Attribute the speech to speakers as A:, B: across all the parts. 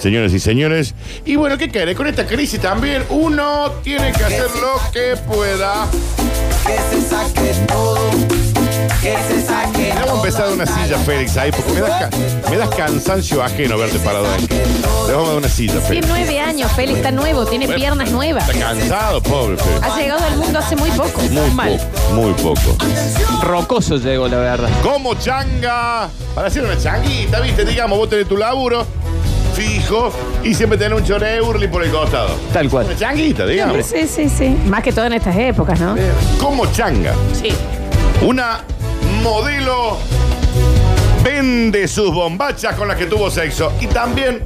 A: señoras y señores. Y bueno, ¿qué querés? Con esta crisis también uno tiene que hacer lo que pueda.
B: Que se saque todo. Que se saque
A: Vamos a empezar de una silla, Félix, ahí, porque me das, ca- me das cansancio ajeno verte parado ahí. Le vamos a dar una silla,
C: Tiene
A: Félix.
C: nueve años, Félix está nuevo, tiene
A: Bueno.
C: piernas nuevas.
A: Está cansado, pobre Félix.
C: Ha llegado al mundo hace muy poco.
A: Muy poco, muy poco.
D: Rocoso llegó, la verdad.
A: Como changa. Para hacer una changuita, ¿viste? Digamos, vos tenés tu laburo fijo y siempre tenés un chore urli por el costado.
D: Tal cual.
A: Una changuita, digamos.
C: Sí, sí, sí. Más que todo en estas épocas, ¿no?
A: Como changa.
C: Sí.
A: Una modelo vende sus bombachas con las que tuvo sexo. Y también,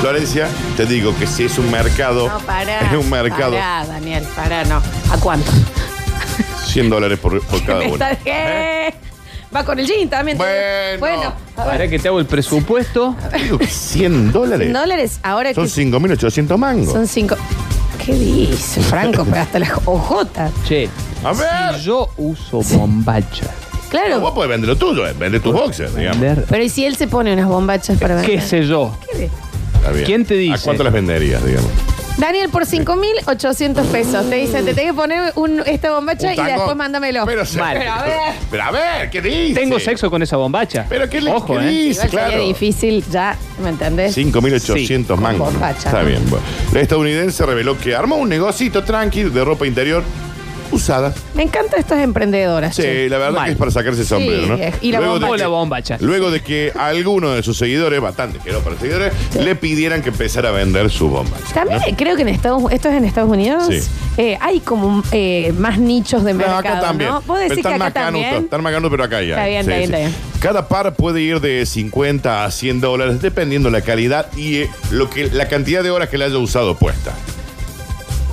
A: Florencia, te digo que si es un mercado,
C: No, pará.
A: Oh, es un mercado.
C: Pará, Daniel, pará, no. ¿A cuánto?
A: 100 dólares por, por cada
C: Me
A: uno.
C: está- ¿Qué? Va con el jean también.
A: Bueno.
C: Bueno, a ver.
D: Ahora que te hago el presupuesto,
A: Te digo que 100 dólares.
C: Dólares, ahora
A: Son
C: que
A: 5.800 mangos.
C: son cinco. ¿Qué dice, Franco? Pero hasta las ojotas.
D: che,
A: A ver.
D: si yo uso bombacha.
A: No, vos
C: Claro.
A: podés vender lo tuyo, eh, vender tus boxers, digamos.
D: vender,
C: Pero ¿y si él se pone unas bombachas para
D: ¿Qué
C: vender?
D: sé yo?
A: Está bien.
D: ¿Quién te dice?
A: ¿A cuánto las venderías, digamos?
C: Daniel, por 5.800 pesos. Te dicen, te tengo que poner un- esta bombacha
A: Un
C: y
A: tango.
C: después mándamelo.
A: Pero, se-
D: Vale.
C: Pero a ver.
A: Pero a ver, ¿qué dice?
D: Tengo sexo con esa bombacha.
A: Pero ¿qué le
D: Ojo,
A: qué
D: ¿eh?
A: dice?
C: Igual sería
A: Claro.
C: difícil ya, ¿me entendés?
A: 5.800
C: Sí,
A: mangos.
C: con
A: ¿no?
C: bombacha,
A: Está
C: ¿no?
A: bien. Bueno. La estadounidense reveló que armó un negocito tranqui de ropa interior usada.
C: Me encantan estas emprendedoras.
A: Sí,
C: che.
A: la verdad
D: Mal.
A: que es para sacarse el sombrero, ¿no?
C: vieja. Y la
A: Luego de
D: O
A: que-
D: la bombacha.
A: Luego de que algunos de sus seguidores, bastante que para seguidores, le pidieran que empezara a vender su bomba.
C: También creo que en Estados esto es en Estados Unidos.
A: Sí.
C: eh, hay como eh, más nichos de mercado.
A: acá también.
C: ¿no? Vos decís
A: Pero
C: que
A: están
C: acá
A: más canutos,
C: también.
A: están más canutos, pero acá ya.
C: Está bien, está bien, está bien.
A: Cada par puede ir de 50 a 100 dólares, dependiendo la calidad y eh, lo que, la cantidad de horas que le haya usado puesta.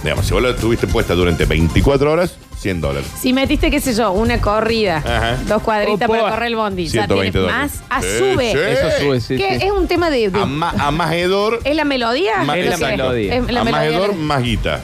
A: Digamos, si vos la tuviste puesta durante 24 horas, 100 dólares.
C: Si metiste, qué sé yo, una corrida,
A: Ajá.
C: dos cuadritas
D: Opa.
C: para correr el bondi, ya
A: 120
C: tienes
A: dólares.
C: más. A
A: Sí,
C: sube.
A: sí.
D: Eso sube, sí.
C: que
D: sí.
C: es un tema de. de-
A: A, ma- a más hedor,
C: ¿Es la melodía?
A: Ma-
C: Lo
D: es la
C: que
D: melodía.
C: Es la
A: a más
C: melodía.
A: hedor, más guita.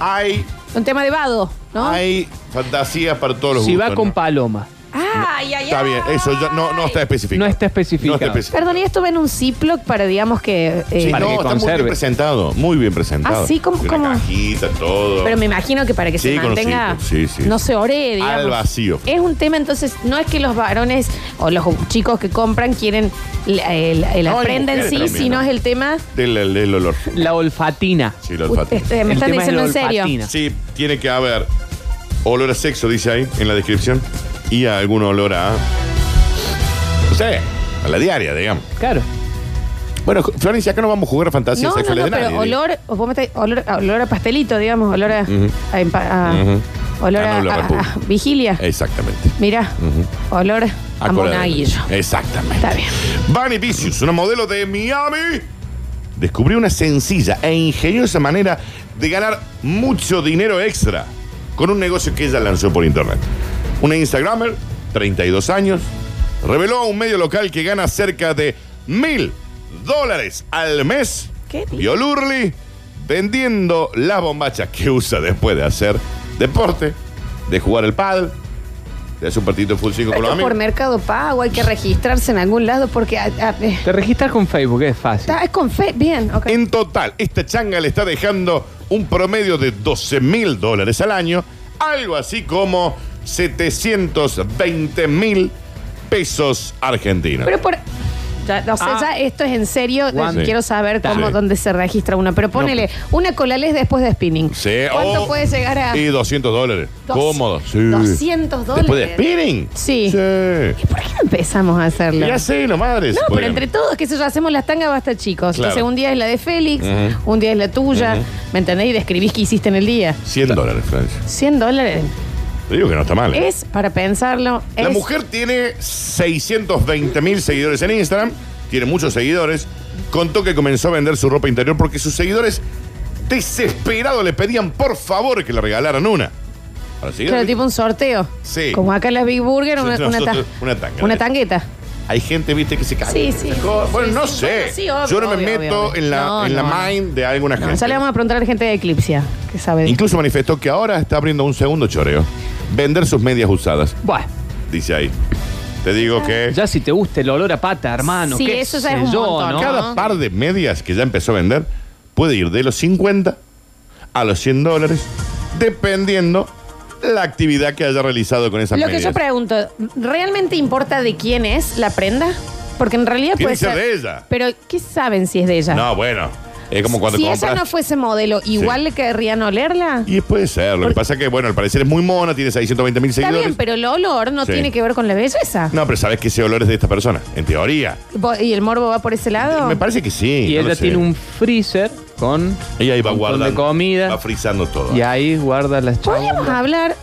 A: Hay,
C: Un tema de vado, ¿no?
A: hay fantasías para todos los
D: Si va
A: gustos,
D: con
A: ¿no?
D: paloma,
C: Ay, ay, ay.
A: Está bien, eso ya no, no está especificado.
D: no está
A: No
D: especificado.
A: está especificado.
C: Perdón, y esto va en un Ziploc para, digamos que. eh,
A: Sí,
D: Para
A: no,
D: que
A: está muy bien
D: conserve.
A: presentado, muy bien presentado.
C: Ah, sí, ¿cómo-
A: Y una
C: cómo?
A: cajita, todo.
C: Pero me imagino que para que
A: Sí,
C: se
A: con los
C: mantenga,
A: Ziploc, sí, sí.
C: no se ore, digamos.
A: Al vacío.
C: Es un tema, entonces, no es que los varones o los chicos que compran quieren la- el, el
A: No, hay
C: aprenda en sí,
A: mujeres también,
C: sino
A: ¿no?
C: es el tema.
A: Del, del olor.
D: La olfatina.
A: Sí, el olfato.
C: Este, me
D: El
C: están
D: tema es el
C: diciendo en serio.
D: olfatina.
A: Sí, tiene que haber olor a sexo, dice ahí en la descripción. Y a algún olor a. No sé, a la diaria, digamos.
D: Claro.
A: Bueno, Florencia, acá no vamos a jugar a fantasías
C: No, no,
A: sexuales
C: no,
A: de
C: pero
A: nadie.
C: olor, o vos me estás- olor, a- olor a pastelito, digamos, olor a. a empa- a-
A: Ujú.
C: Olor
A: Ah,
C: a,
A: no, la
C: a-
A: república.
C: a- vigilia.
A: digo. Exactamente.
C: Mirá, olor a,
A: cola de-
C: monaguillo.
A: Exactamente.
C: Está bien.
A: Vanny Vicious, una modelo de Miami, descubrió una sencilla e ingeniosa manera de ganar mucho dinero extra con un negocio que ella lanzó por internet. Una Instagrammer, 32 años, reveló a un medio local que gana cerca de mil dólares al mes.
C: ¿Qué dices?
A: Violurli vendiendo las bombachas que usa después de hacer deporte, de jugar el paddle, de hacer un partido de full 5 con los
C: Esto
A: amigos.
C: por Mercado Pago hay que registrarse en algún lado porque. ah, ah, eh,
D: Te registras con Facebook, es fácil.
C: está- es con fe. Bien, ok.
A: En total, esta changa le está dejando un promedio de 12 mil dólares al año, algo así como 720 mil pesos argentinos.
C: Pero por. ya, o sea,
D: Ah.
C: ya esto es en serio.
D: Juan.
C: eh, Quiero saber
A: Está.
C: cómo,
A: Sí.
C: dónde se registra una. Pero ponele una colales después de spinning.
A: Sí,
C: ¿Cuánto
A: oh,
C: puede llegar a.?
A: Y 200 dólares.
C: Dos-
A: Cómodo. sí.
C: 200 dólares.
A: ¿Después de spinning?
C: Sí.
A: Sí.
C: ¿Por qué no empezamos a hacerlo?
A: Ya sé, no madres.
C: No, pero
A: Podrían-
C: entre todos, que eso ya hacemos las tangas basta, chicos.
A: Claro.
C: Entonces, un día es la de Félix, un día es la tuya. ¿Me entendés? Y describís qué hiciste en el día.
A: 100 dólares, Francia.
C: 100 dólares.
A: Te digo que no está mal. ¿eh?
C: Es para pensarlo.
A: La
C: es-
A: mujer tiene 620 mil seguidores en Instagram, tiene muchos seguidores. Contó que comenzó a vender su ropa interior porque sus seguidores desesperados le pedían por favor que le regalaran una. ¿eh? Para
C: Claro,
A: seguidores,
C: tipo un sorteo.
A: Sí.
C: Como acá en las Big Burger, una,
A: Nosotros-
C: una, ta-
A: una tanga.
C: una tangueta.
A: Hay gente, viste, que se cae.
C: Sí, sí, sí,
A: bueno,
C: sí,
A: no
C: sí.
A: sé.
C: Bueno, sí, obvio,
A: Yo no me
C: obvio,
A: meto
C: obvio.
A: en la,
C: No,
A: en la
C: no, no.
A: mind de alguna
C: No,
A: gente.
C: ya le vamos a preguntar a la gente de Eclipsia, que sabe. de-
A: Incluso manifestó que ahora está abriendo un segundo choreo. Vender sus medias usadas,
D: Bueno,
A: dice ahí. Te digo que
D: Ya si te gusta el olor a pata, hermano.
C: Sí,
D: qué
C: eso ya
D: sé
C: es un
D: yo,
C: montón.
D: ¿no?
A: cada par de medias que ya empezó a vender puede ir de los 50 a los 100 dólares, dependiendo la actividad que haya realizado con esas
C: Lo que
A: medias.
C: yo pregunto, ¿realmente importa de quién es la prenda? Porque en realidad
A: Tiene
C: puede
A: que ser
C: ser.
A: de ella.
C: Pero, ¿qué saben si es de ella?
A: No, bueno. Es como cuando
C: si
A: compras.
C: ella no fuese modelo, ¿igual
A: Sí.
C: le querrían olerla?
A: Y puede ser. Lo que pasa es que, bueno, al parecer es muy mona, tiene 620 mil
C: Está
A: seguidores.
C: bien, pero el olor no
A: Sí.
C: tiene que ver con la belleza.
A: No, pero sabes que ese olor es de esta persona, en teoría.
C: Vo- ¿Y el morbo va por ese lado?
A: Me parece que sí.
D: Y
A: no
D: ella
A: lo sé.
D: tiene un freezer con
A: Ella ahí va
D: un montón
A: guardando.
D: de comida.
A: Va frizando todo.
D: Y ahí guarda las
C: Podríamos
D: chabombas.
C: hablar.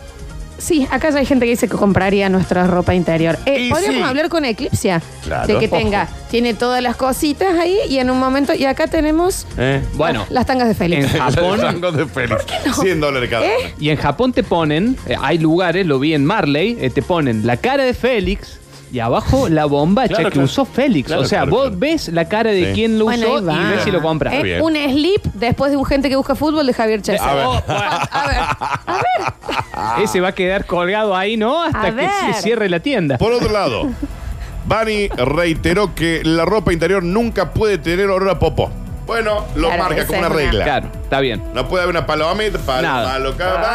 C: Sí, acá ya hay gente que dice que compraría nuestra ropa interior. Eh,
A: Y
C: podríamos
A: sí.
C: hablar con Eclipsia.
A: Claro.
C: De que tenga, tiene todas las cositas ahí y en un momento. Y acá tenemos
A: ¿Eh?
D: Bueno,
C: las tangas de Félix.
D: En Japón.
A: Tango de Félix. 100 dólares cada
C: ¿Eh?
A: uno.
D: y en Japón te ponen, eh, hay lugares, lo vi en Marley, eh, te ponen la cara de Félix y abajo la bombacha
A: Claro,
D: que
A: claro.
D: usó Félix.
A: Claro,
D: o sea,
A: claro,
D: vos
A: claro.
D: ves la cara de
A: Sí.
D: quien lo
C: Bueno,
D: usó
C: ahí va.
D: y ves si lo compras.
C: Eh,
A: Bien. Ah.
C: un slip después de un gente que busca fútbol de Javier Chávez.
A: A ver.
C: A ver, a ver.
D: Ese va a quedar colgado ahí, ¿no?
C: A
D: Hasta que
C: ver.
D: se cierre la tienda.
A: Por otro lado, Bani reiteró que la ropa interior nunca puede tener olor a popó. Bueno, lo
C: Claro,
A: marca
C: esa
A: como una
C: es una-
A: regla.
D: Claro, está bien.
A: No puede haber una palomita, palo,
D: Nada.
A: palo, ca- paloma.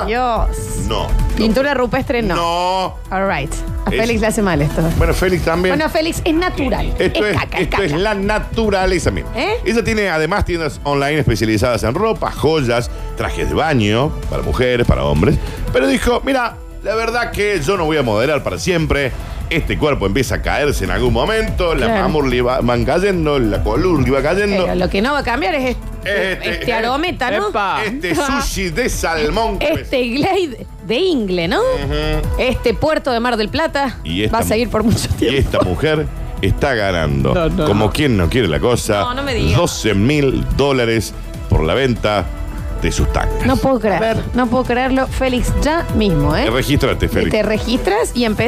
C: Ah, Dios.
A: No.
C: Pintura rupestre, no.
A: No.
C: All right. A
A: Es-
C: Félix le hace mal esto.
A: Bueno, Félix también.
C: Bueno, Félix, es natural.
A: Esto es,
C: caca,
A: esto es
C: caca.
A: la naturaleza mira.
C: ¿Eh?
A: Ella tiene además tiendas online especializadas en ropa, joyas, trajes de baño, para mujeres, para hombres. Pero dijo, mira, la verdad que yo no voy a moderar para siempre. Este cuerpo empieza a caerse en algún momento, las
C: Claro.
A: mamus le va- van cayendo, la columna le va cayendo.
C: Pero lo que no va a cambiar es
A: Este-
C: este, este arometa, ¿no?
D: Epa.
A: Este sushi de salmón. que me-
C: Este glade de Ingle, ¿no? Este puerto de Mar del Plata
A: Y esta-
C: va a seguir por mucho
A: Y
C: tiempo.
A: esta mujer está ganando,
D: No, no,
A: como
D: no.
A: quien no quiere la cosa,
C: No, no me digas.
A: 12 mil dólares por la venta de sus tangas.
C: No puedo creer,
A: ver.
C: no puedo creerlo. Félix, ya mismo, ¿eh?
A: Eh, Regístrate, Félix.
C: Te registras y empezamos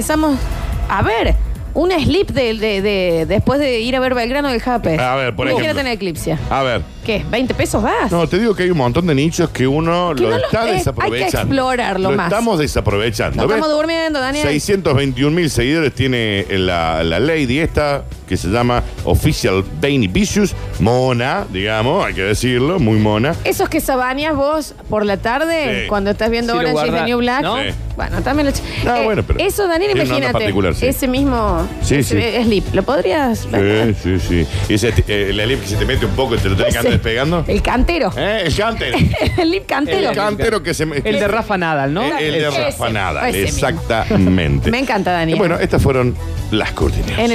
C: a ver un slip de, de- de- después de ir a ver Belgrano del Jape.
A: A ver, por
C: Ni siquiera
A: ejemplo.
C: tener eclipsia.
A: A ver.
C: ¿Qué? ¿20 pesos vas?
A: No, te digo que hay un montón de nichos que uno
C: Que
A: lo
C: no lo-
A: está
C: eh, hay que
A: desaprovechando.
C: explorarlo
A: Lo
C: más.
A: estamos desaprovechando.
C: No
A: ¿ves?
C: estamos durmiendo, Daniel.
A: 621 mil seguidores tiene la, la lady esta que se llama Official Bane Vicious. Mona, digamos, hay que decirlo, muy mona.
C: Esos que sabaneas vos por la tarde
A: Sí.
C: cuando estás viendo
D: Sí, lo
C: Orange is the
D: guardás,
C: New Black.
D: ¿no?
A: Sí.
C: Bueno, también lo Eh,
A: Ah, bueno, pero
C: Eso,
A: tiene
C: Daniel,
A: una onda
C: imagínate.
A: particular, sí.
C: Ese mismo
A: Sí,
C: ese slip. ¿Lo podrías?
A: Sí, sí, sí. Y ese, eh, la lip que se te mete un poco y te lo tenés que andar
C: Ese-
A: despegando.
C: El cantero.
A: ¿Eh? El cantero.
C: el slip cantero.
A: El cantero que se me-
D: El de Rafa Nadal, ¿no?
A: Eh, El, de
C: Ese,
A: Rafa Nadal,
C: ese mismo.
A: exactamente. Eh,
C: Me encanta,
A: Y
C: Daniel.
A: bueno, estas fueron las cortinas.
C: en el